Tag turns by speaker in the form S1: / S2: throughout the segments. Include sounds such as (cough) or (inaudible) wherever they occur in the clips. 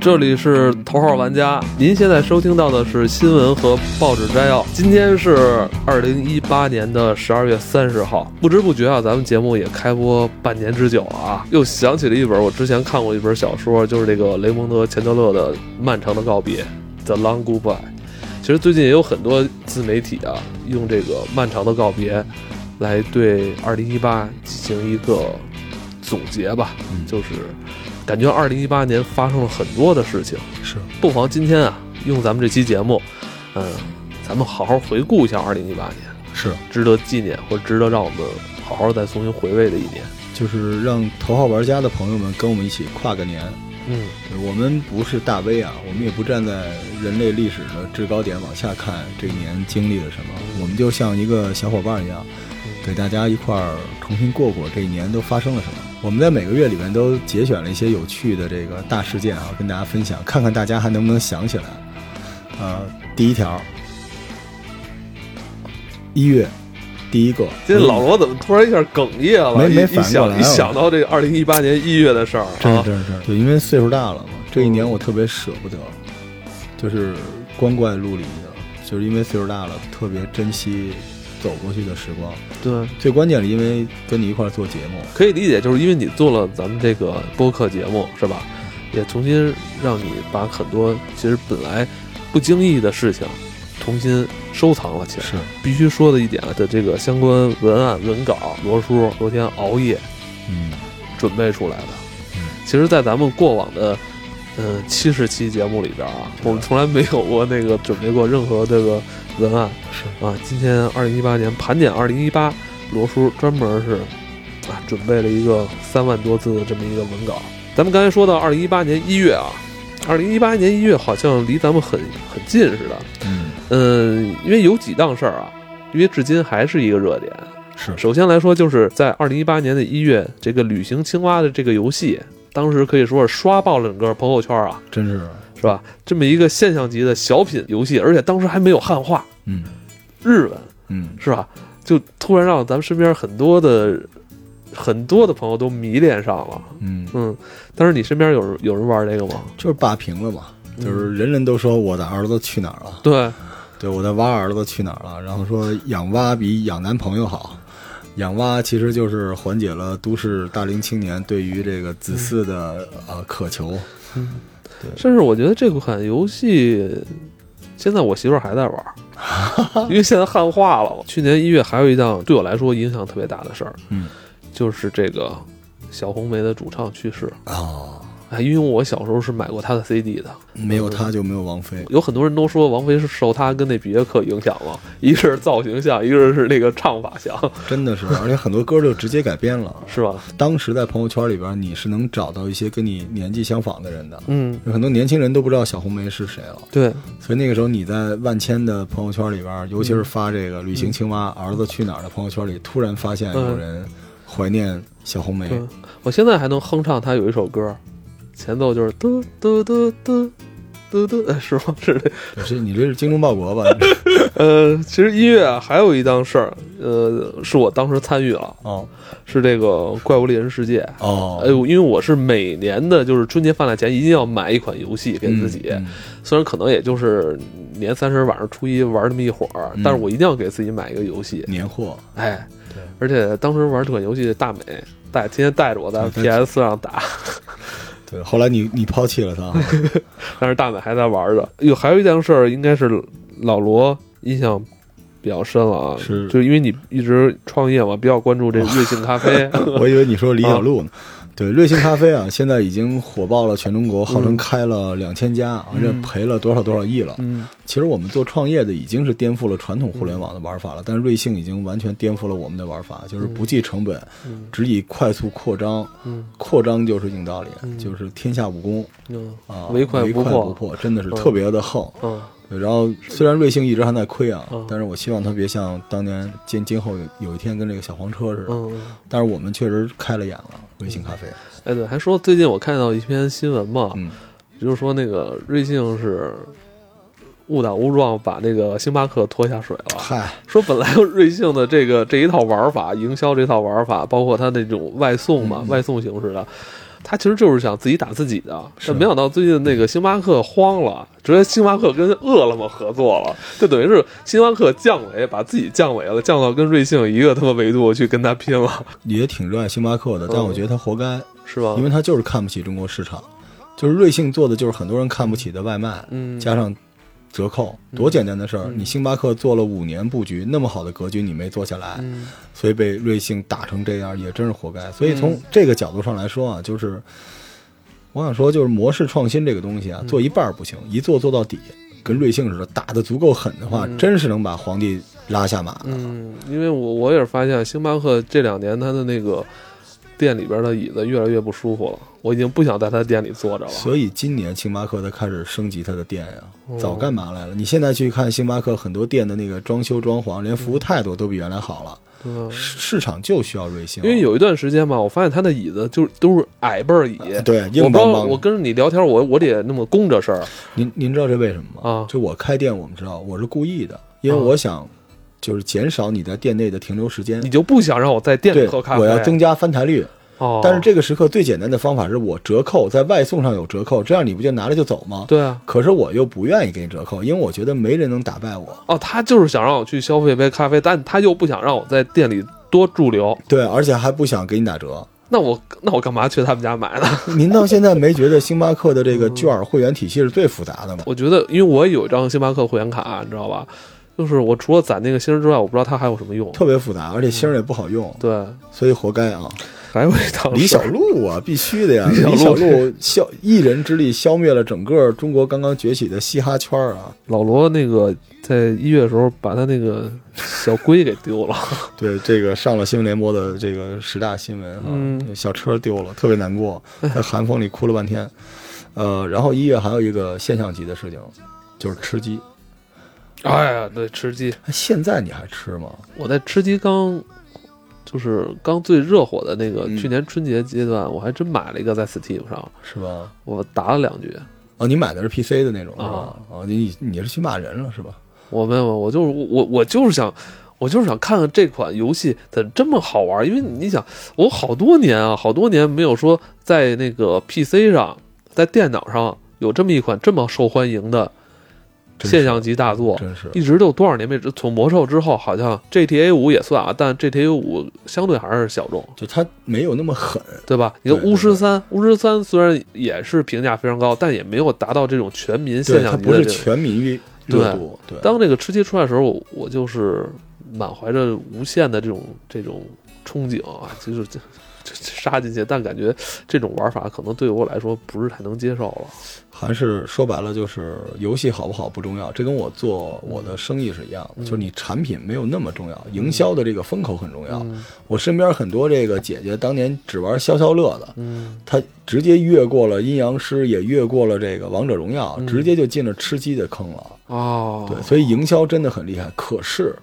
S1: 这里是头号玩家，您现在收听到的是新闻和报纸摘要。今天是二零一八年的十二月三十号，不知不觉啊，咱们节目也开播半年之久了啊，又想起了一本我之前看过一本小说，就是这个雷蒙德·钱德勒的《漫长的告别》（The Long Goodbye）。其实最近也有很多自媒体啊，用这个漫长的告别来对二零一八进行一个总结吧，
S2: 嗯
S1: 就是感觉二零一八年发生了很多的事情，
S2: 是
S1: 不妨今天啊，用咱们这期节目，嗯，咱们好好回顾一下二零一八年，
S2: 是，
S1: 值得纪念或者值得让我们好好再重新回味的一年。
S2: 就是让头号玩家的朋友们跟我们一起跨个年。
S1: 嗯，
S2: 对我们不是大 V 啊，我们也不站在人类历史的制高点往下看这一年经历了什么，我们就像一个小伙伴一样，给大家一块儿重新过过这一年都发生了什么。我们在每个月里面都节选了一些有趣的这个大事件啊，跟大家分享，看看大家还能不能想起来。呃，第一条，一月第一个，
S1: 今天老罗怎么突然一下哽咽了？
S2: 没没
S1: 一一
S2: 反过
S1: 想
S2: 来啊
S1: 一想到这二零一八年一月的事儿啊，
S2: 真是真是，对，因为岁数大了嘛，这一年我特别舍不得，就是光怪陆离的，就是因为岁数大了，特别珍惜走过去的时光。
S1: 对，
S2: 最关键是因为跟你一块儿做节目，
S1: 可以理解，就是因为你做了咱们这个播客节目，是吧？也重新让你把很多其实本来不经意的事情，重新收藏了起来。必须说的一点的这个相关文案文稿，罗叔昨天熬夜
S2: 嗯，
S1: 准备出来的
S2: 嗯。
S1: 其实，在咱们过往的嗯七十期节目里边啊，我们从来没有过那个准备过任何这个文案
S2: 是
S1: 啊。今天二零一八年盘点二零一八，罗叔专门是啊准备了一个三万多字的这么一个文稿。咱们刚才说到二零一八年一月啊，二零一八年一月好像离咱们很很近似的，
S2: 嗯，
S1: 嗯，因为有几档事儿啊，因为至今还是一个热点。
S2: 是
S1: 首先来说，就是在二零一八年的一月，这个旅行青蛙的这个游戏，当时可以说是刷爆了整个朋友圈啊，
S2: 真是，
S1: 是吧？这么一个现象级的小品游戏，而且当时还没有汉化，
S2: 嗯
S1: 日文
S2: 嗯，
S1: 是吧？就突然让咱们身边很多的很多的朋友都迷恋上了。
S2: 嗯，
S1: 嗯，但是你身边有人有人玩这个吗？嗯
S2: 就是霸屏了嘛。就是人人都说我的儿子去哪儿了，
S1: 对，
S2: 对我的蛙儿子去哪儿了，然后说养蛙比养男朋友好，养蛙其实就是缓解了都市大龄青年对于这个子嗣的、呃渴求，
S1: 甚至我觉得这款游戏，现在我媳妇儿还在玩
S2: (laughs)
S1: 儿，因为现在汉化了嘛。去年一月还有一档对我来说影响特别大的事儿，
S2: 嗯，
S1: 就是这个小红梅的主唱去世。
S2: 哦，
S1: 哎，因为我小时候是买过她的 CD 的，
S2: 没有他就没有王菲，
S1: 有很多人都说王菲是受她跟那别克影响嘛，一个是造型像，一 (laughs) 个是那个唱法像，
S2: 真的是，而且很多歌就直接改编了。
S1: 是吧？
S2: 当时在朋友圈里边，你是能找到一些跟你年纪相仿的人的，
S1: 嗯，
S2: 有很多年轻人都不知道小红梅是谁了。
S1: 对，
S2: 所以那个时候你在万千的朋友圈里边，尤其是发这个旅行青蛙儿子去哪儿的朋友圈里，突然发现有人怀念小红梅。
S1: 对，我现在还能哼唱她有一首歌，前奏就是嘟嘟嘟嘟嘟嘟， (laughs) 哎是吗？是这
S2: 可是你这是精忠报国吧？
S1: 呃，其实一月啊还有一档事儿，呃，是我当时参与了，
S2: 哦
S1: 是这个怪物猎人世界。哎
S2: 哦，
S1: 呦，因为我是每年的，就是春节饭菜前一定要买一款游戏给自己，
S2: 嗯
S1: 虽然可能也就是年三十晚上初一玩那么一会儿，
S2: 嗯
S1: 但是我一定要给自己买一个游戏
S2: 嗯。年货，
S1: 哎
S2: 对，
S1: 而且当时玩这款游戏，大美带天天带着我在
S2: 嗯
S1: PS 上打，
S2: 对，后来你你抛弃了他，
S1: 但是大美还在玩着。有还有一件事儿，应该是老罗印象比较深了啊，
S2: 是
S1: 就因为你一直创业嘛，比较关注这个瑞幸咖啡。
S2: (laughs) 我以为你说李小璐呢。对，瑞幸咖啡啊，现在已经火爆了全中国，号称开了两千家啊，而且赔了多少多少亿了。
S1: 嗯，
S2: 其实我们做创业的已经是颠覆了传统互联网的玩法了，但是瑞幸已经完全颠覆了我们的玩法，就是不计成本，只以快速扩张，
S1: 嗯
S2: 扩张就是硬道理，就是天下武功
S1: 嗯
S2: 啊，
S1: 唯快
S2: 不
S1: 不破。
S2: 破，真的是特别的横。
S1: 嗯，
S2: 对然后虽然瑞幸一直还在亏啊
S1: 嗯，
S2: 但是我希望它别像当年今今后有有一天跟这个小黄车似的。
S1: 嗯，
S2: 但是我们确实开了眼了，瑞幸咖啡，
S1: 哎对，还说最近我看到一篇新闻嘛，
S2: 嗯，
S1: 就是说那个瑞幸是误打误撞把那个星巴克拖下水了。
S2: 嗨，
S1: 说本来瑞幸的
S2: 嗯
S1: 这个这一套玩法，营销这套玩法，包括它那种外送嘛，外送形式的，他其实就是想自己打自己的，
S2: 是
S1: 但没想到最近那个星巴克慌了，直接星巴克跟饿了么合作了，就等于是星巴克降维，把自己降维了，降到跟瑞幸一个他妈维度去跟他拼了，
S2: 也挺热爱星巴克的，但
S1: 嗯
S2: 我觉得他活该，
S1: 是吧
S2: 因？为他就是看不起中国市场，就是瑞幸做的就是很多人看不起的外卖，
S1: 嗯
S2: 加上折扣，多简单的事儿！
S1: 嗯
S2: 你星巴克做了五年布局，那么好的格局你没做下来，
S1: 嗯
S2: 所以被瑞幸打成这样，也真是活该。所以从这个角度上来说啊，就是我想说，就是模式创新这个东西
S1: 嗯
S2: 啊，做一半儿不行，一做做到底，跟瑞幸似的，打得足够狠的话，真是能把皇帝拉下马的。
S1: 嗯，因为我我也是发现星巴克这两年他的那个店里边的椅子越来越不舒服了，我已经不想在他店里坐着了。
S2: 所以今年星巴克它开始升级它的店呀、
S1: 哦
S2: 早干嘛来了？你现在去看星巴克很多店的那个装修装潢，连服务态度都比原来好了。
S1: 嗯，
S2: 市市场就需要瑞幸，
S1: 因为有一段时间吧，我发现他的椅子就是都是矮背儿椅。
S2: 对
S1: 我
S2: 硬
S1: 不知道，
S2: 邦邦
S1: 我
S2: 的。
S1: 跟着你聊天，我我得那么弓着身儿。
S2: 您您知道这为什么吗？
S1: 啊
S2: 就我开店，我们知道我是故意的，因为
S1: 啊
S2: 我想就是减少你在店内的停留时间
S1: 你。就不想让我在店里
S2: 对，
S1: 喝咖啡？
S2: 我要增加翻台率，
S1: 哦，
S2: 但是这个时刻最简单的方法是我折扣，在外送上有折扣，这样你不就拿着就走吗？
S1: 对啊，
S2: 可是我又不愿意给你折扣，因为我觉得没人能打败我。
S1: 哦，他就是想让我去消费一杯咖啡，但他又不想让我在店里多驻留。
S2: 对，而且还不想给你打折。
S1: 那我那我干嘛去他们家买呢？
S2: 您到现在没觉得星巴克的这个券儿会员体系是最复杂的吗？
S1: 我觉得，因为我也有一张星巴克会员卡，你知道吧？就是我除了攒那个星儿之外， (laughs) 我不知道它还有什么用。
S2: 特别复杂，而且星儿也不好用，
S1: 对，
S2: 所以活该啊！
S1: 还有一趟
S2: 李小璐啊，必须的呀！
S1: 李小璐
S2: 李小璐消一人之力消灭了整个中国刚刚崛起的嘻哈圈儿啊！
S1: 老罗那个在一月的时候把他那个小龟给丢了， (laughs)
S2: 对，这个上了新闻联播的这个十大新闻啊，
S1: 嗯
S2: 小车丢了，特别
S1: (laughs)
S2: 难过，在寒风里哭了半天。呃，然后一月还有一个现象级的事情，就是吃鸡。
S1: 哎呀，对，吃鸡，
S2: 现在你还吃吗？
S1: 我在吃鸡刚就是刚最热火的那个、
S2: 嗯
S1: 去年春节阶段，我还真买了一个在 Steam 上，
S2: 是吧？
S1: 我打了两局。
S2: 哦，你买的是 PC 的那种是吧
S1: 啊？
S2: 哦，你你是去骂人了是吧？
S1: 我没有，我就是我我我就是想，我就是想看看这款游戏怎么这么好玩儿。因为你想，我好多年啊，好多年没有说在那个 PC 上，在电脑上有这么一款这么受欢迎的
S2: 真是
S1: 现象级大作，
S2: 真是，
S1: 一直都多少年没从魔兽之后，好像 GTA 五也算啊，但 GTA 五相对还是小众，
S2: 就它没有那么狠，
S1: 对吧？你看
S2: 对对
S1: 巫师三，巫师三虽然也是评价非常高，但也没有达到这种全民现
S2: 对，它
S1: 象级
S2: 不
S1: 的
S2: 是
S1: 这种。
S2: 全民热热度，对，
S1: 当这个吃鸡出来的时候，我我就是满怀着无限的这种这种憧憬啊，就是这这这杀进去，但感觉这种玩法可能对我来说不是太能接受了。
S2: 还是说白了就是游戏好不好不重要，这跟我做我的生意是一样的，
S1: 嗯
S2: 就是你产品没有那么重要，营销的这个风口很重要。
S1: 嗯
S2: 我身边很多这个姐姐当年只玩消消乐的，
S1: 嗯
S2: 她直接越过了阴阳师，也越过了这个王者荣耀，
S1: 嗯
S2: 直接就进了吃鸡的坑了。
S1: 哦，
S2: 对，所以营销真的很厉害。可是，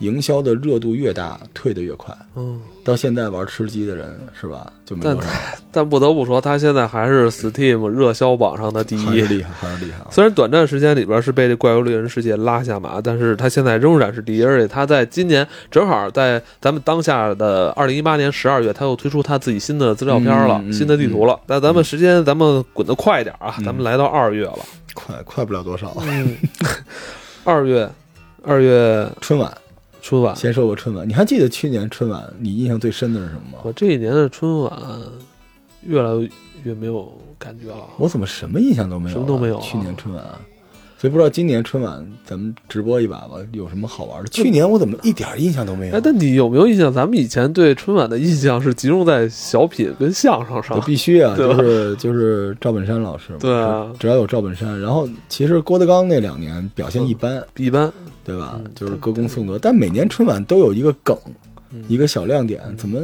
S2: 营销的热度越大，退得越快。
S1: 嗯，
S2: 到现在玩吃鸡的人是吧，就没
S1: 但
S2: 多少，
S1: 但不得不说，他现在还是 Steam 热销榜上的第
S2: 还是
S1: 一。
S2: 厉害，还是厉害啊。
S1: 虽然短暂时间里边是被这《怪物猎人世界》拉下马，但是他现在仍然是第一，而且他在今年正好在咱们当下的二零一八年十二月，他又推出他自己新的资料片了，
S2: 嗯嗯
S1: 新的地图了。那咱们时间咱们滚得快一点啊，
S2: 嗯
S1: 咱们来到二月了。
S2: 快快不了多少。
S1: 嗯， (laughs) 二月，二月
S2: 春晚，
S1: 春晚，
S2: 先说过春晚，你还记得去年春晚你印象最深的是什么吗？
S1: 我这一年的春晚越来越没有感觉了。
S2: 我怎么什么印象都没有啊？
S1: 什么都没有啊
S2: 去年春晚啊，所以不知道今年春晚咱们直播一把吧，有什么好玩的？去年我怎么一点印象都没有
S1: 哎，？但你有没有印象？咱们以前对春晚的印象是集中在小品跟相声
S2: 我
S1: 上。
S2: 必须啊，
S1: 对
S2: 就
S1: 吧
S2: 是就是赵本山老师嘛，
S1: 对啊
S2: 只只要有赵本山，然后其实郭德纲那两年表现一般，
S1: 一般，
S2: 对吧？
S1: 嗯
S2: 就是歌功颂德，但每年春晚都有一个梗，
S1: 嗯
S2: 一个小亮点，怎么？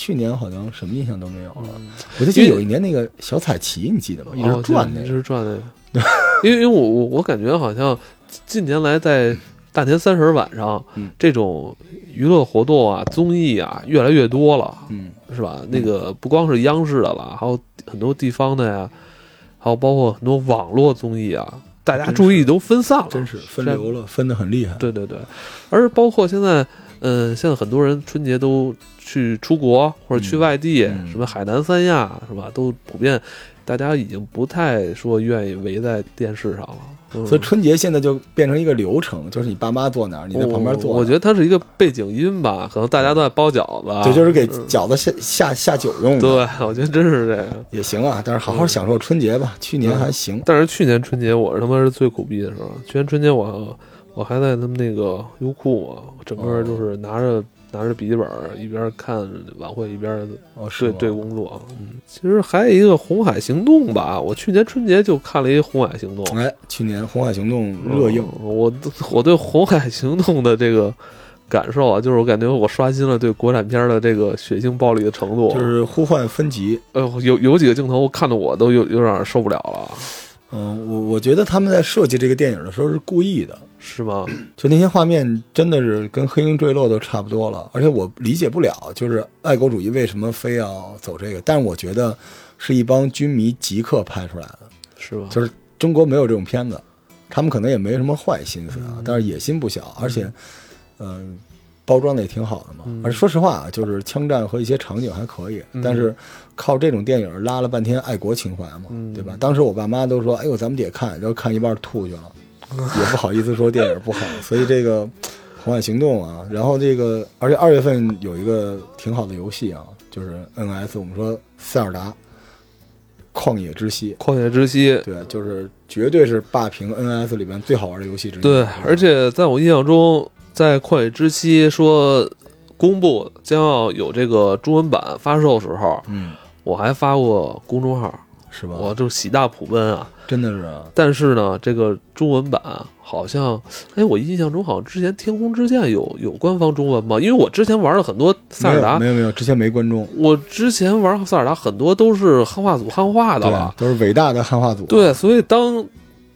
S2: 去年好像什么印象都没有了，
S1: 嗯哦
S2: 我就记得有一年那个小彩旗，你记得吗？哦一直转那
S1: 一
S2: 个，
S1: 直转那
S2: (laughs)
S1: 个。因为因为我我我感觉好像近年来在大年三十晚上，
S2: 嗯
S1: 这种娱乐活动啊、综艺啊越来越多了，
S2: 嗯，
S1: 是吧？那个不光是央视的了，还有很多地方的呀，还有包括很多网络综艺啊，大家注意都分散了，
S2: 真是分流了，分得很厉害。
S1: 对对对，而包括现在嗯，现在很多人春节都去出国或者去
S2: 嗯
S1: 外地，
S2: 嗯
S1: 什么海南三亚是吧？都普遍，大家已经不太说愿意围在电视上了。嗯
S2: 所以春节现在就变成一个流程，就是你爸妈坐哪儿，你在旁边坐
S1: 我哦
S2: 哪儿。
S1: 我觉得它是一个背景音吧，可能大家都在包饺子啊，
S2: 这就是给
S1: 嗯
S2: 饺子下下下酒用的，
S1: 对，我觉得真是这样。
S2: 也行啊。但是好好享受春节吧，去年还行。
S1: 但是去年春节我是他妈是最苦逼的时候，去年春节我我还在他们那个优酷嘛，我整
S2: 哦
S1: 个就是拿着、拿着笔记本儿一边看晚会一边
S2: 哦，是
S1: 对
S2: 吗
S1: 对工作。嗯，其实还有一个《红海行动》吧，我去年春节就看了一《红海行动》，
S2: 哎，去年《红海行动》热映，
S1: 嗯我我对《红海行动》的这个感受啊，就是我感觉我刷新了对国产片儿的这个血腥暴力的程度，
S2: 就是呼唤分级。
S1: 呃，有有几个镜头看的我都有有点受不了了，
S2: 嗯，我我觉得他们在设计这个电影的时候是故意的，
S1: 是
S2: (clears throat)
S1: 吗？
S2: 就那些画面真的是跟《黑鹰坠落》都差不多了。而且我理解不了，就是爱国主义为什么非要走这个？但是我觉得是一帮军迷极客拍出来的。
S1: 是吧？
S2: 就是中国没有这种片子，他们可能也没什么坏心思啊，但是野心不小，而且，嗯、包装的也挺好的嘛。而且说实话啊，就是枪战和一些场景还可以，但是靠这种电影拉了半天爱国情怀嘛，对吧？当时我爸妈都说：“哎呦，咱们得看。”然后看一半吐去了，也不好意思说电影不好，所以这个《红海行动》啊，然后这个，而且二月份有一个挺好的游戏啊，就是 NS，我们说塞尔达。旷野之息，
S1: 旷野之息，
S2: 对，就是绝对是霸屏 NS 里边最好玩的游戏之一。嗯
S1: 对，而且在我印象中，在旷野之息说公布将要有这个中文版发售的时候，
S2: 嗯，
S1: 我还发过公众号，
S2: 是吧？
S1: 我就喜大普奔啊。
S2: 真的是啊
S1: 但是呢，这个中文版好像，哎，我印象中好像之前《天空之剑》有有官方中文吗？因为我之前玩了很多塞尔达
S2: 没，有没有没有，之前没观众，
S1: 我之前玩塞尔达很多都是汉化组汉化的了
S2: 对，，都是伟大的汉化组。
S1: 对，所以当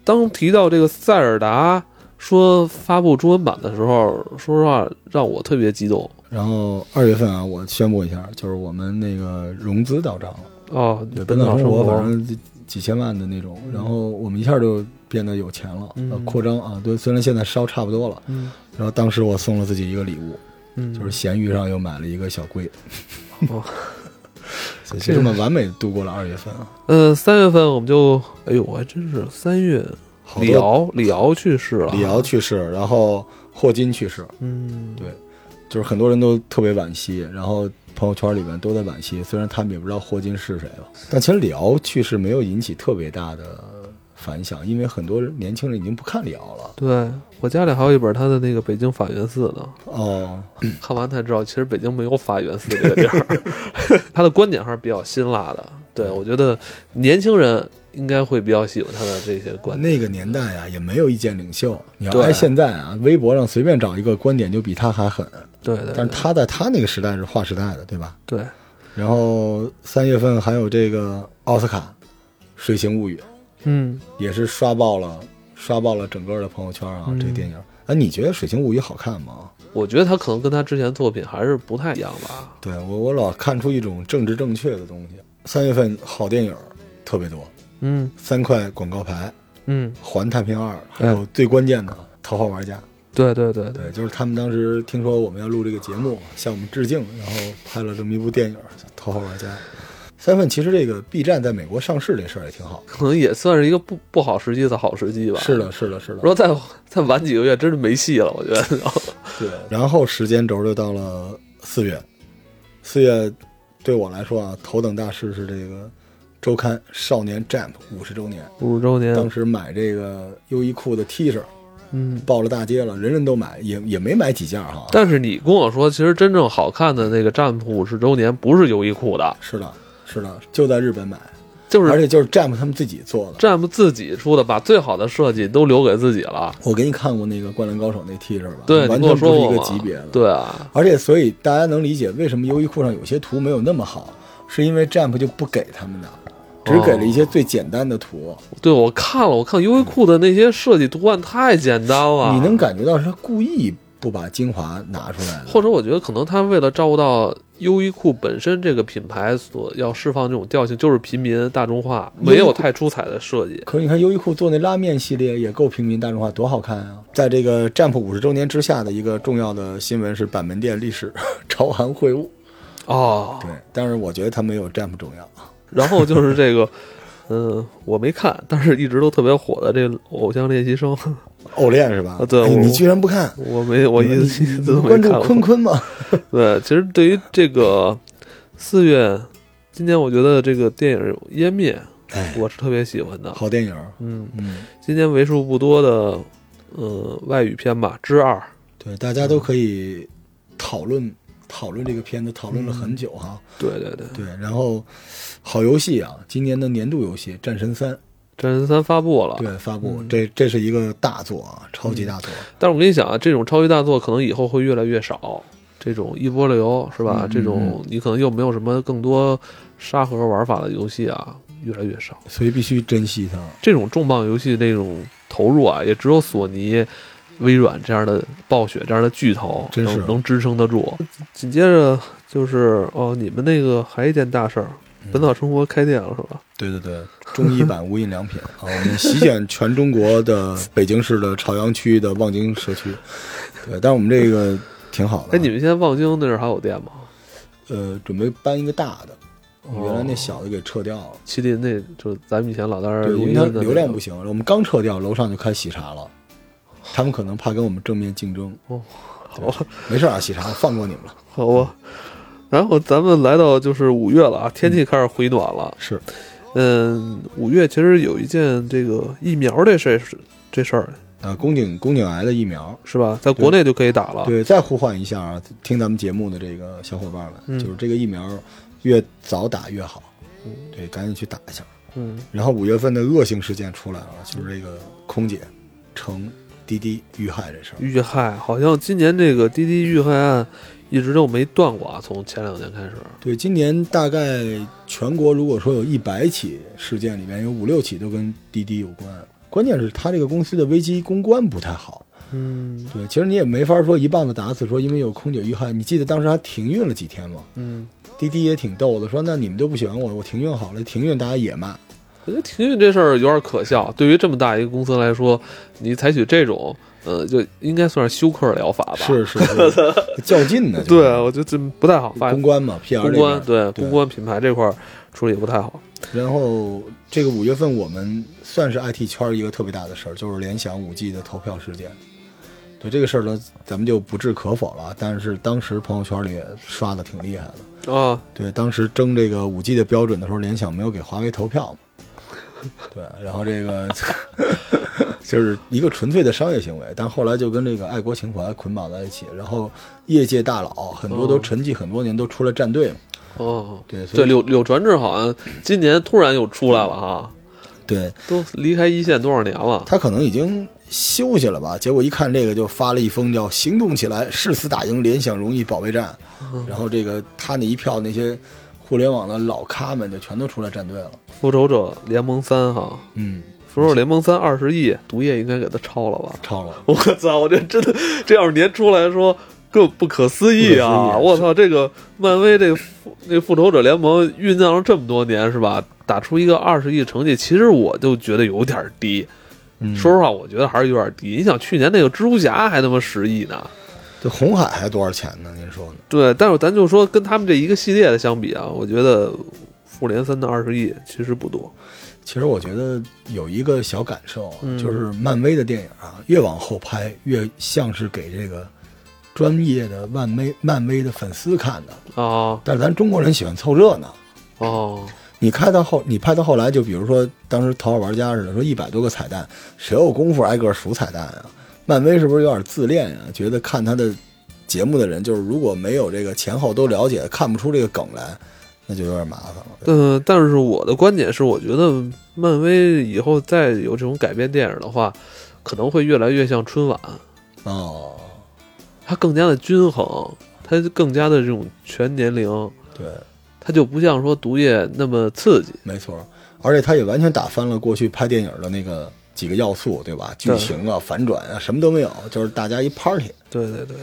S1: 当提到这个塞尔达说发布中文版的时候，说实话让我特别激动
S2: 然后二月份啊，我宣布一下，就是我们那个融资到账了，
S1: 哦
S2: 对，，
S1: 本
S2: 本
S1: 草
S2: 草
S1: 生
S2: 生活反
S1: 活，
S2: 正几几千万的那种，
S1: 嗯
S2: 然后我们一下就变得有钱了，
S1: 嗯
S2: 呃扩张啊，对，虽然现在烧差不多了，
S1: 嗯
S2: 然后当时我送了自己一个礼物，
S1: 嗯，
S2: 就是闲鱼上又买了一个小龟，
S1: 哦
S2: (laughs) 所以就这么完美地度过了二月份啊，
S1: 呃，三月份我们就，哎呦，我还真是三月，
S2: 好
S1: 李
S2: 多
S1: 敖李敖去世了，
S2: 李敖，去世，然后霍金去世，
S1: 嗯，
S2: 对，就是很多人都特别惋惜，然后朋友圈里面都在惋惜，虽然他们也不知道霍金是谁了，但其实李敖去世没有引起特别大的反响，因为很多人年轻人已经不看李敖了。
S1: 对我家里还有一本他的那个《北京法源寺》呢，
S2: 哦，
S1: 看完才知道，其实北京没有法源寺这个地儿， (laughs) 他的观点还是比较辛辣的。对，我觉得年轻人应该会比较喜欢他的这些观点。
S2: 那个年代啊，也没有意见领袖。你要
S1: 对
S2: 按现在啊，微博上随便找一个观点就比他还狠，
S1: 对对
S2: 但是
S1: 对
S2: 他在他那个时代是划时代的，对吧？
S1: 对，
S2: 然后三月份还有这个奥斯卡《水形物语》，
S1: 嗯，
S2: 也是刷爆了，刷爆了整个的朋友圈啊！
S1: 嗯
S2: 这个电影，哎、你觉得《水形物语》好看吗？
S1: 我觉得他可能跟他之前作品还是不太一样吧。
S2: 对我，我老看出一种政治正确的东西。三月份好电影特别多，
S1: 嗯
S2: 三块广告牌，
S1: 嗯，
S2: 《环太平洋二》，还有最关键的《逃跑玩家》。
S1: 对对对对，
S2: 对，就是他们当时听说我们要录这个节目，向我们致敬，然后拍了这么一部电影《逃跑玩家》。三月份其实这个 B 站在美国上市这事儿也挺好，
S1: 可能也算是一个不不好时机的好时机吧。
S2: 是，的，是的，是的
S1: 如。果再再晚几个月，真是没戏了。我觉得，
S2: 对，然后时间轴就到了四月，四月对我来说啊，头等大事是这个周刊《少年 Jump》五十周年。
S1: 五十周
S2: 当
S1: 年，
S2: 时买这个优衣库的 T 恤，
S1: 嗯。
S2: 爆了大街了，人人都买，也也没买几件儿哈。
S1: 但是你跟我说，其实真正好看的那个《占卜五十周年》不是优衣库的，
S2: 是的，是的，就在日本买，
S1: 就是
S2: 而且就是 Jump 他们自己做的。
S1: 占卜自己出的，把最好的设计都留给自己了。
S2: 我给你看过那个《灌篮高手》那 T 恤吧，
S1: 对，
S2: 完
S1: 你跟
S2: 全
S1: 我说
S2: 不是
S1: 过
S2: 一个
S1: 嘛
S2: 级别的。
S1: 对啊，
S2: 而且，所以大家能理解为什么优衣库上有些图没有那么好，是因为 Jump 就不给他们的，只给了一些最简单的图。
S1: 对我看了，我看优衣库的那些设计图案太简单了。
S2: 你能感觉到是他故意不把精华拿出来
S1: 或
S2: 的。
S1: 者我觉得可能他为了照顾到优衣库本身这个品牌所要释放这种调性，就是平民大众化，没有太出彩的设计。
S2: 可是你看优衣库做那拉面系列也够平民大众化，多好看啊！在这个占卜五十周年之下的一个重要的新闻是板门店历史 (laughs) 朝韩会晤，
S1: 哦，
S2: 对，但是我觉得它没有占卜重要。
S1: 然后就是这个，嗯，我没看，但是一直都特别火的这《偶像练习生》，
S2: 偶练是吧？
S1: 啊对
S2: 哎
S1: 我
S2: 你居然不看？
S1: 我没我一次一次都没
S2: 关注
S1: 看
S2: 坤
S1: 过。
S2: 坤吗？
S1: 对，其实对于这个四月，今年我觉得这个电影《湮灭
S2: 哎》，，
S1: 我是特别喜欢的。
S2: 好电影，
S1: 嗯，
S2: 嗯，
S1: 今年为数不多的，呃，外语片吧，《之二》。
S2: 对，大
S1: 嗯
S2: 家都可以讨论讨论这个片子，讨论了很久哈。
S1: 对对对，《
S2: 对，然后好游戏啊，今年的年度游戏《战神三》
S1: 战神三》发布了。
S2: 对发
S1: 嗯
S2: 布，这这是一个大作啊，超级大作，
S1: 但是我跟你讲啊，这种超级大作可能以后会越来越少，这种一波流是吧？
S2: 嗯
S1: 这种你可能又没有什么更多沙盒玩法的游戏啊，越来越少。
S2: 所以必须珍惜它。
S1: 这种重磅游戏那种投入啊，也只有索尼、微软这样的暴雪这样的巨头
S2: 真是
S1: 能能支撑得住。啊紧接着就是哦，你们那个还一件大事儿，本草生活开店了是吧？
S2: 对对对，中医版无
S1: (laughs)
S2: 印良品啊，我们席卷全中国的北京市的朝阳区的望京社区。对，但是我们这个挺好的。啊
S1: 哎，你们现在望京那儿还有店吗？
S2: 呃，准备搬一个大的，我们原来那
S1: 哦
S2: 小的给撤掉了。
S1: 麒麟那就是咱们以前老在那儿
S2: 对，因
S1: 录
S2: 为
S1: 音
S2: 它
S1: 的那
S2: 流量
S1: 个
S2: 不行，我们刚撤掉，楼上就开喜茶了。他们可能怕跟我们正面竞争，
S1: 好吧。
S2: 没事啊，喜茶放过你们了。
S1: 好吧。然后咱们来到就是五月了啊，天气开始回暖了。
S2: 是，
S1: 嗯，五月其实有一件这个疫苗这事儿是这事儿
S2: 啊，宫颈宫颈癌的疫苗，
S1: 是吧，在国内就可以打了。
S2: 对，再呼唤一下啊，听咱们节目的这个小伙伴们，
S1: 嗯
S2: 就是这个疫苗越早打越好，对，赶紧去打一下。
S1: 嗯，
S2: 然后五月份的恶性事件出来了，就是这个空姐乘滴滴遇害这事儿。
S1: 遇害好像今年这个滴滴遇害案一直都没断过啊，从前两年开始。
S2: 对，今年大概全国如果说有一百起事件，里面有五六起都跟滴滴有关。关键是他这个公司的危机公关不太好。
S1: 嗯
S2: 对，其实你也没法说一棒子打死，说因为有空姐遇害。你记得当时还停运了几天吗？
S1: 嗯，
S2: 滴滴也挺逗的，说那你们都不喜欢我，我停运好了，停运大家也骂。
S1: 我觉得停运这事儿有点可笑。对于这么大一个公司来说，你采取这种呃，就应该算是休克疗法吧。，
S2: 是是是， (laughs) 较劲呢。就
S1: 对
S2: 是，
S1: 我觉得这不太好。发
S2: 公关嘛，PR
S1: 公
S2: 这
S1: 关
S2: 边。
S1: 对
S2: 对
S1: 公关品牌这块儿处理也不太好。
S2: 然后这个五月份我们算是 IT 圈儿一个特别大的事儿，就是联想五 G 的投票事件。对这个事儿呢，咱们就不置可否了。啊但是当时朋友圈里也刷的挺厉害的。
S1: 啊，
S2: 对，当时争这个五 G 的标准的时候，联想没有给华为投票嘛？对，然后这个 (laughs) 就是一个纯粹的商业行为，但后来就跟这个爱国情怀捆绑在一起。然后业界大佬很多都沉寂很多年，都出来站队嘛。
S1: 哦，
S2: 对，所
S1: 对，
S2: 以
S1: 柳柳传志好像今年突然又出来了哈，
S2: 对
S1: 都离开一线多少年了？
S2: 他可能已经休息了吧，结果一看这个就发了一封叫“行动起来，誓死打赢联想荣誉保卫战”，然后这个他那一票那些互联网的老咖们就全都出来站队了。
S1: 复仇者联盟三哈，
S2: 嗯，
S1: 复仇者联盟三二十亿，毒液应该给他超了吧？ (laughs)
S2: 超了。
S1: 我操，我这真的，这要是年初来说。更不可思议啊！
S2: 不可思议
S1: 我操，这个漫威这个复那复仇者联盟酝酿了这么多年是吧？打出一个二十亿成绩，其实我就觉得有点低。
S2: 嗯
S1: 说实话，我觉得还是有点低。你想去年那个蜘蛛侠还他妈十亿呢，
S2: 这红海还多少钱呢？您说呢？
S1: 对，但是咱就说跟他们这一个系列的相比啊，我觉得复联三的二十亿其实不多。
S2: 其实我觉得有一个小感受啊，
S1: 嗯
S2: 就是漫威的电影啊，越往后拍越像是给这个专业的漫威漫威的粉丝看的，
S1: 啊
S2: 但是咱中国人喜欢凑热闹。
S1: 哦，
S2: 你开到后，你拍到后来，就比如说当时《头号玩家》似的，说一百多个彩蛋，谁有功夫挨个数彩蛋啊？漫威是不是有点自恋啊？觉得看他的节目的人，就是如果没有这个前后都了解，看不出这个梗来，那就有点麻烦了。
S1: 嗯、但是我的观点是，我觉得漫威以后再有这种改编电影的话，可能会越来越像春晚，
S2: 哦，
S1: 它更加的均衡，它更加的这种全年龄，
S2: 对，
S1: 它就不像说毒液那么刺激。
S2: 没错，而且他也完全打翻了过去拍电影的那个几个要素，对吧？剧情啊、反转啊，什么都没有，就是大家一 party。
S1: 对对对，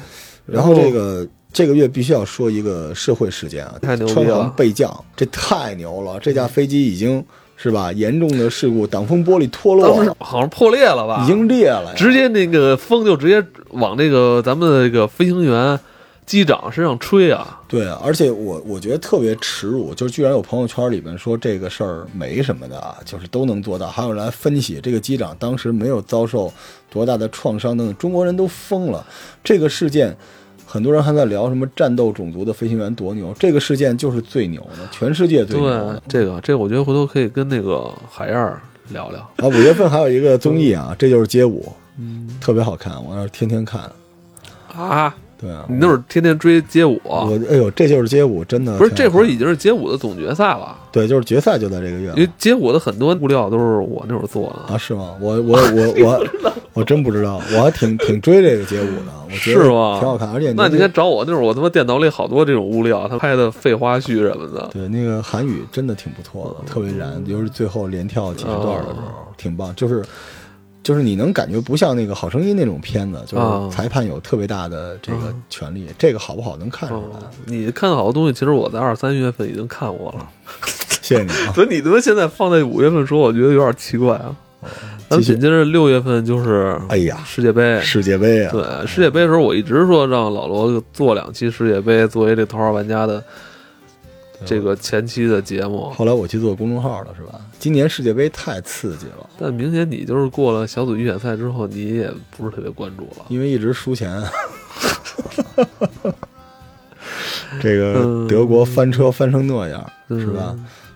S2: 然后这个这个月必须要说一个社会事件啊，
S1: 太牛逼
S2: 川
S1: 了
S2: 航备降，这太牛了！这架飞机已经是吧，严重的事故，挡风玻璃脱
S1: 当
S2: 落
S1: 时
S2: 了，
S1: 好像破裂了吧？
S2: 已经裂了呀，
S1: 直接那个风就直接往那个咱们那个飞行员、机长身上吹啊！
S2: 对，而且我我觉得特别耻辱，就是居然有朋友圈里面说这个事儿没什么的啊，就是都能做到，还有人来分析这个机长当时没有遭受多大的创伤等等，中国人都疯了。这个事件，很多人还在聊什么战斗种族的飞行员多牛，这个事件就是最牛的，全世界最
S1: 对啊
S2: 牛的。，
S1: 这个这个我觉得回头可以跟那个海燕儿聊聊。
S2: 啊，五月份还有一个综艺啊，这就是街舞，
S1: 嗯
S2: 特别好看，我要是天天看。
S1: 啊，
S2: 对啊，
S1: 你那会儿天天追街舞，啊
S2: 我哎呦，这就是街舞，真的
S1: 不是
S2: 啊挺
S1: 这
S2: 好
S1: 会儿
S2: 看
S1: 已经是街舞的总决赛了，
S2: 对，就是决赛就在这个月了
S1: 因。为街舞的很多物料都是我那会儿做的。
S2: 啊，是吗？我我我
S1: (laughs)
S2: 我我真不知道，我还挺挺追这个街舞的，我觉得
S1: 是吗
S2: 挺好看，而且
S1: 那你应
S2: 您
S1: 该找我，那会儿我他妈电脑里好多这种物料，他拍的废花絮什么的。
S2: 对那个韩语真的挺不错的，特别燃，尤其是最后连跳几十段的时
S1: 哦
S2: 候，挺棒，就是。就是你能感觉不像那个《好声音》那种片子，就
S1: 啊
S2: 是裁判有特别大的这
S1: 哦
S2: 个权利，这个好不好能看出
S1: 嗯
S2: 来。，
S1: 你看好多东西，其实我在二三月份已经看过
S2: 嗯
S1: 了，
S2: 谢谢你啊， (laughs)
S1: 所以你他妈现在放在五月份说，我觉得有点奇怪啊。咱们
S2: 继续
S1: 紧接着六月份就是
S2: 嗯哎呀，
S1: 世界杯，
S2: 世界杯啊，
S1: 对世界杯的时候，我一直说让老罗做两期世界杯，作为这《头号玩家》的这个前期的节目。
S2: 后来我去做公众号了，是吧？今年世界杯太刺激了，
S1: 但明显你就是过了小组预选赛之后，你也不是特别关注 (laughs) 了。
S2: 因为一直输钱。 (laughs) 这个
S1: 嗯
S2: 德国翻车翻成那样，
S1: 嗯
S2: 是吧？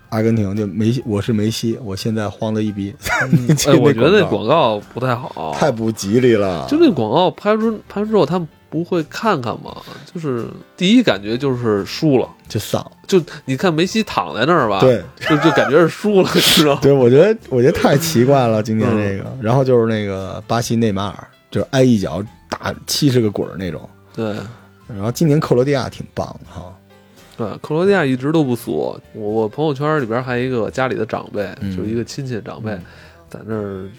S2: 阿根廷就梅西，我是梅西，我现在慌的一逼。 (laughs) 你记
S1: 哎，我觉得那
S2: 那
S1: 广告不太好，
S2: 太不吉利了。
S1: 就那广告拍出拍出之后，他们不会看看吗？就是第一感觉就是输了，
S2: 就丧，
S1: 就你看梅西躺在那儿吧，，
S2: 对
S1: 就就感觉是输 (laughs) 了，你知道吗？
S2: 对，我觉得我觉得太奇怪了，今天
S1: 嗯
S2: 这个。然后就是那个巴西内马尔，就是挨一脚打七十个滚儿那种。
S1: 对
S2: 然后今年克罗地亚挺棒的哈，
S1: 对，克罗地亚一直都不俗。我我朋友圈里边还有一个家里的长辈，
S2: 嗯
S1: 就是一个亲戚长辈，
S2: 嗯
S1: 在那儿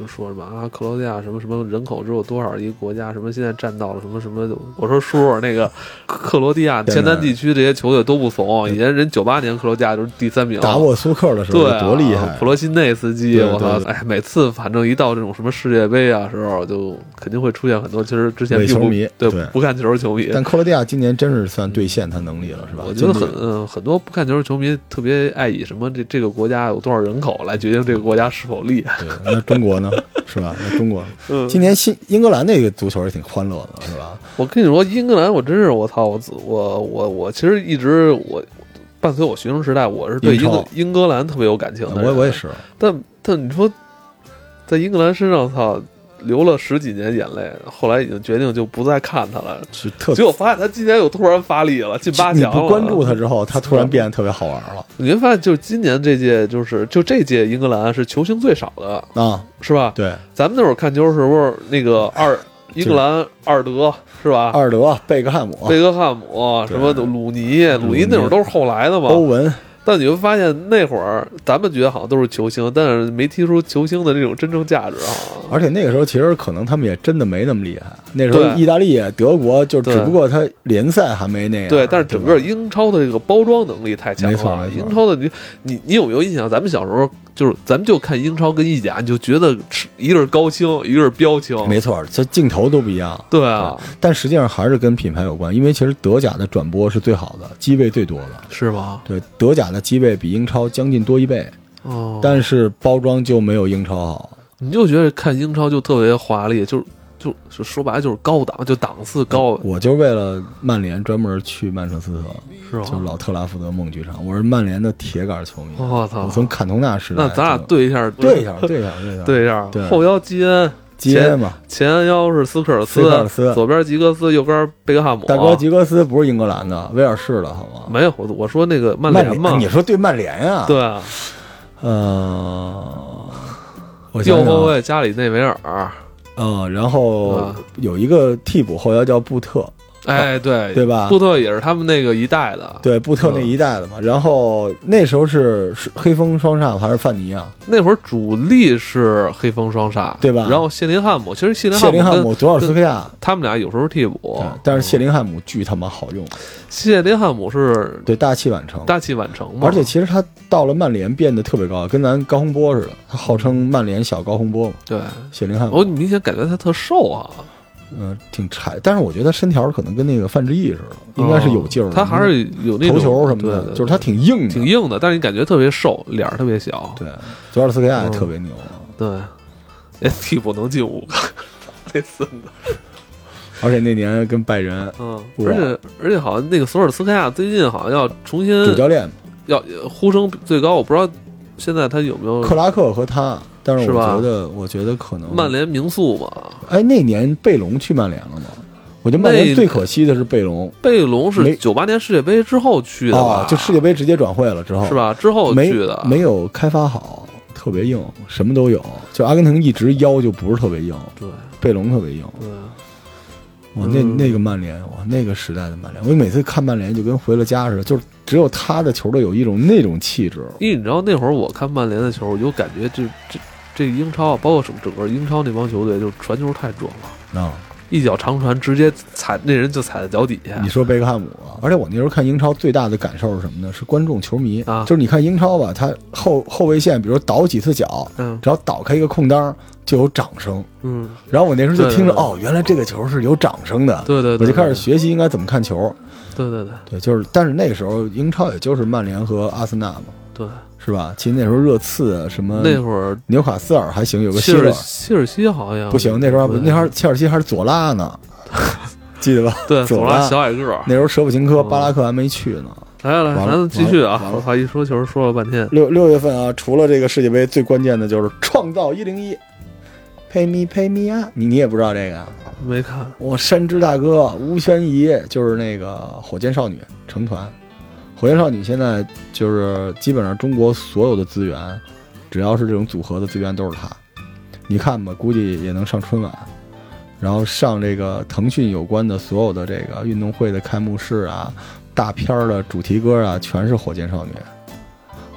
S1: 就说什么啊，克罗地亚什么什么人口只有多少一个国家，什么现在占到了什么什么。我说叔，那个克罗地亚
S2: 天
S1: 前
S2: 哪
S1: 三地区这些球队都不怂，以前人九八年克罗地亚就是第三名，
S2: 打沃苏克的时候
S1: 对啊，
S2: 多厉害啊
S1: 普！罗西内斯基，
S2: 对
S1: 我操
S2: 对！对
S1: 哎，每次反正一到这种什么世界杯啊时候，就肯定会出现很多其实之前
S2: 伪
S1: 并不
S2: 球迷
S1: 对
S2: 对
S1: 不看球的球迷。
S2: 但克罗地亚今年真是算兑现他能力了，是吧？
S1: 我觉得
S2: 进
S1: 很
S2: 步
S1: 嗯，很多不看球的球迷特别爱以什么这这个国家有多少人口来决定这个国家是否厉害。 (laughs)
S2: 对，那中国呢？是吧？那中国
S1: 嗯，
S2: 今年新英格兰那个足球也挺欢乐的，是吧？
S1: 我跟你说，英格兰，我真是我操，我自我我我其实一直我伴随我学生时代，我是对
S2: 英
S1: 英格
S2: 超
S1: 英格兰特别有感情的。
S2: 我我也，是，
S1: 但但你说在英格兰身上，操，流了十几年眼泪，后来已经决定就不再看他了。
S2: 是特
S1: 结果发现他今年又突然发力了，进八啊
S2: 你
S1: 强了。
S2: 不关注他，之后，他突然变得特别好玩了
S1: 你会发现，就是今年这届，就是就这届英格兰是球星最少的，
S2: 啊！
S1: 是吧？
S2: 对，
S1: 咱们那会儿看球时候，那个
S2: 哎
S1: 二英格兰二德是吧？
S2: 阿尔德、啊贝克汉姆、
S1: 贝克汉姆什么的鲁尼，鲁尼那会儿都是后来的嘛。
S2: 欧文，
S1: 但你会发现那会儿咱们觉得好像都是球星，但是没踢出球星的这种真正价值啊。
S2: 而且那个时候其实可能他们也真的没那么厉害。那时候
S1: 对
S2: 意大利、德国就
S1: 对
S2: 只不过他联赛还没那样，
S1: 对，但是整个
S2: 哎对吧
S1: 英超的这个包装能力太强
S2: 没错
S1: 了。
S2: 没错
S1: 英超的你你你有没有印象？咱们小时候就是咱们就看英超跟意甲，你就觉得是一个是高清，一个是标清。
S2: 没错，这镜头都不一样。
S1: 对啊，
S2: 但实际上还是跟品牌有关，因为其实德甲的转播是最好的，机位最多的。
S1: 是吗？
S2: 对，德甲的机位比英超将近多一倍，
S1: 哦，
S2: 但是包装就没有英超好。
S1: 你就觉得看英超就特别华丽，就是就是说白了就是高档，就档次高，
S2: 我就是为了曼联专门去曼彻斯特，
S1: 是
S2: 就是
S1: 吗？
S2: 老特拉福德梦剧场。我是曼联的铁杆球迷，
S1: 我
S2: 我
S1: 操！
S2: 嗯从坎通纳时代
S1: 哦那
S2: 就。
S1: 咱俩对一下，
S2: 对一下，对一下，对一下，
S1: 对一下，
S2: 对
S1: 后腰基恩，
S2: 接嘛。
S1: 前腰是斯科尔
S2: 斯科尔斯
S1: 左边吉格斯，右边贝克汉姆。
S2: 大哥，吉格斯不是英格兰的，威尔士的好吗？
S1: 没有我我说那个曼
S2: 曼
S1: 嘛，
S2: 你说对曼联啊？，
S1: 对啊，
S2: 呃，我想
S1: 右
S2: 想
S1: 后
S2: 啊，
S1: 卫加里内维尔，
S2: 嗯，然后
S1: 啊
S2: 有一个替补后腰叫布特，
S1: 哎，对
S2: 对吧
S1: 布特也是他们那个一代的，
S2: 对布
S1: 啊
S2: 特那一代的嘛。然后那时候是是黑风双煞还是范尼啊？
S1: 那会儿主力是黑风双煞，
S2: 对吧
S1: 然后谢林汉姆，其实谢林
S2: 谢林汉
S1: 汉
S2: 姆、
S1: 姆哦
S2: 佐尔斯克亚，
S1: 跟他们俩有时候替补
S2: 对，但是谢林汉姆巨他妈好用，
S1: 谢林汉姆是
S2: 对大器晚成。
S1: 大器晚成嘛，
S2: 而且其实他到了曼联变得特别高，跟咱高洪波似的，他号称曼联小高洪波嘛。
S1: 对
S2: 谢林汉姆
S1: 我，明显感觉他特瘦啊，
S2: 嗯、挺柴，但是我觉得他身条可能跟那个范志毅似的，应该是有劲儿的。
S1: 哦嗯他还是有那
S2: 投
S1: 种
S2: 球什么的，
S1: 对对
S2: 就是他挺硬的。
S1: 挺硬的，但是你感觉特别瘦，脸儿特别小，
S2: 对，佐尔斯克亚也特别牛啊，
S1: 对， (laughs) 连替补能进五个，那孙子，
S2: 而且那年跟拜仁
S1: 嗯，
S2: 哇
S1: 而且而且好像那个索尔斯克亚最近好像要重新
S2: 主教练
S1: 要呼声最高，我不知道现在他有没有
S2: 克拉克和他，但是
S1: 呃是
S2: 我
S1: 吧
S2: 觉得，我觉得可能
S1: 曼。联名宿嘛。
S2: 哎，那年贝隆去曼联了吗？我觉得曼
S1: 那
S2: 联最可惜的是贝隆
S1: 贝隆是
S2: 没
S1: 九八年世界杯之后去的吧？
S2: 啊，就世界杯直接转会了之后
S1: 是？吧？之后
S2: 没
S1: 去的，
S2: 没有开发好，特别硬，什么都有。就阿根廷一直腰就不是特别硬，
S1: 对
S2: 贝隆特别硬。
S1: 对，
S2: 哇，那
S1: 嗯
S2: 那个曼联，哇，那个时代的曼联，我每次看曼联就跟回了家似的，就是只有他的球队有一种那种气质。
S1: 因为你知道那会儿我看曼联的球，我就感觉这这这英超啊，包括整整个英超那帮球队，就是传球太准了。
S2: 啊，
S1: 一脚长传直接踩那人就踩在脚底下
S2: 你，说贝克汉姆啊，而且我那时候看英超最大的感受是什么呢？是观众球迷
S1: 啊
S2: 就是你看英超吧，他后后卫线，比如倒几次脚，
S1: 嗯
S2: 只要倒开一个空当就有掌声。
S1: 嗯，
S2: 然后我那时候就
S1: 对对
S2: 听着，
S1: 对
S2: 哦，原来这个球是有掌声的，
S1: 对对
S2: 我
S1: 对，
S2: 就开始
S1: 对
S2: 学习应该怎么看球。
S1: 对对对
S2: 对，就是，但是那个时候英超也就是曼联和阿森纳嘛，
S1: 对，
S2: 是吧？其实那时候热刺啊什么
S1: 那会儿
S2: 纽卡斯尔还行，嗯有个希
S1: 切尔
S2: 尔
S1: 切尔西好像
S2: 不行，那时候还不
S1: 对
S2: 那时候切尔西还是左
S1: (laughs)
S2: 拉呢，记得吧？
S1: 对
S2: 左
S1: 左
S2: 拉
S1: 拉小矮个儿
S2: 那，时候舍甫琴科、
S1: 嗯
S2: 巴拉克还没去呢。
S1: 来来
S2: 完
S1: 来，
S2: 了
S1: 咱继续
S2: 完了
S1: 啊！
S2: 完了
S1: 我操，一说球说了半天，
S2: 六六月份啊，除了这个世界杯，最关键的就是创造一零一，Pay me, pay me 啊！你你也不知道这个啊？
S1: 没看
S2: 我山之大哥吴宣仪就是那个火箭少女成团，火箭少女现在就是基本上中国所有的资源，只要是这种组合的资源都是她。你看吧，估计也能上春晚，然后上这个腾讯有关的所有的这个运动会的开幕式啊、大片儿的主题歌啊，全是火箭少女。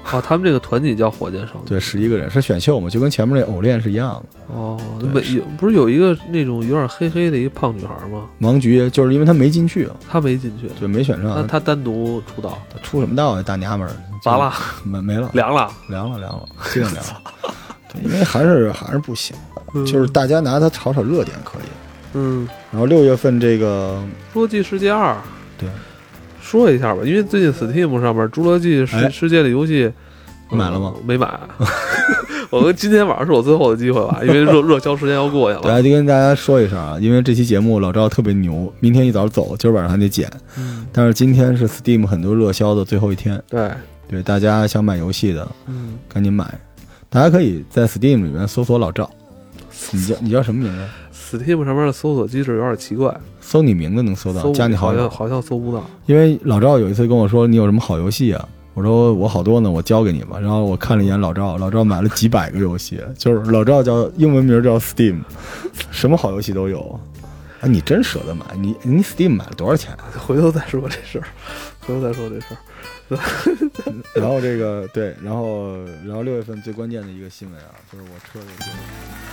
S1: 啊！他们这个团体叫火箭少女
S2: 对，十一个人是选秀嘛，就跟前面那偶练是一样的。
S1: 哦，
S2: 对
S1: 没
S2: 是
S1: 有不是有一个那种有点黑黑的一胖女孩吗？
S2: 王菊就是因为她没进去，啊
S1: 她没进去，
S2: 对，没选
S1: 那
S2: 上，
S1: 她单独出道，
S2: 她出什么道啊？大娘们儿，
S1: 咋了？
S2: 没没了。
S1: 凉了，
S2: 凉了凉了，尽量凉了。对，因为还是还是不行，
S1: 嗯
S2: 就是大家拿它炒炒热点可以。
S1: 嗯，
S2: 然后六月份这个
S1: 《侏罗纪世界二》
S2: 对
S1: 说一下吧，因为最近 Steam 上面《侏罗纪世
S2: 哎
S1: 世界》的游戏、嗯
S2: 买了吗？
S1: 没买， (laughs) 我跟今天晚上是我最后的机会
S2: (laughs)
S1: 吧，因为热热销时间要过去
S2: 大
S1: 了。
S2: 家就跟大家说一声啊，因为这期节目老赵特别牛，明天一早走，今儿晚上还得剪。
S1: 嗯，
S2: 但是今天是 Steam 很多热销的最后一天，
S1: 对，
S2: 对大家想买游戏的
S1: 嗯，
S2: 赶紧买。大家可以在 Steam 里面搜索老赵，你叫你叫什么名字？啊
S1: Steam 上面的搜索机制有点奇怪，
S2: 搜你名字能搜到，
S1: 搜
S2: 加你好
S1: 好
S2: 友
S1: 像。好像搜不到。
S2: 因为老赵有一次跟我说你有什么好游戏啊？我说我好多呢，我教给你吧。然后我看了一眼老赵，老赵买了几百个游戏，就是老赵叫英文名叫 Steam，什么好游戏都有。啊，你真舍得买？你你 Steam 买了多少钱？啊
S1: 回头再说这事儿，回头再说这事儿。
S2: 呃然后这个对，然后然后六月份最关键的一个新闻啊，就是我车的这个。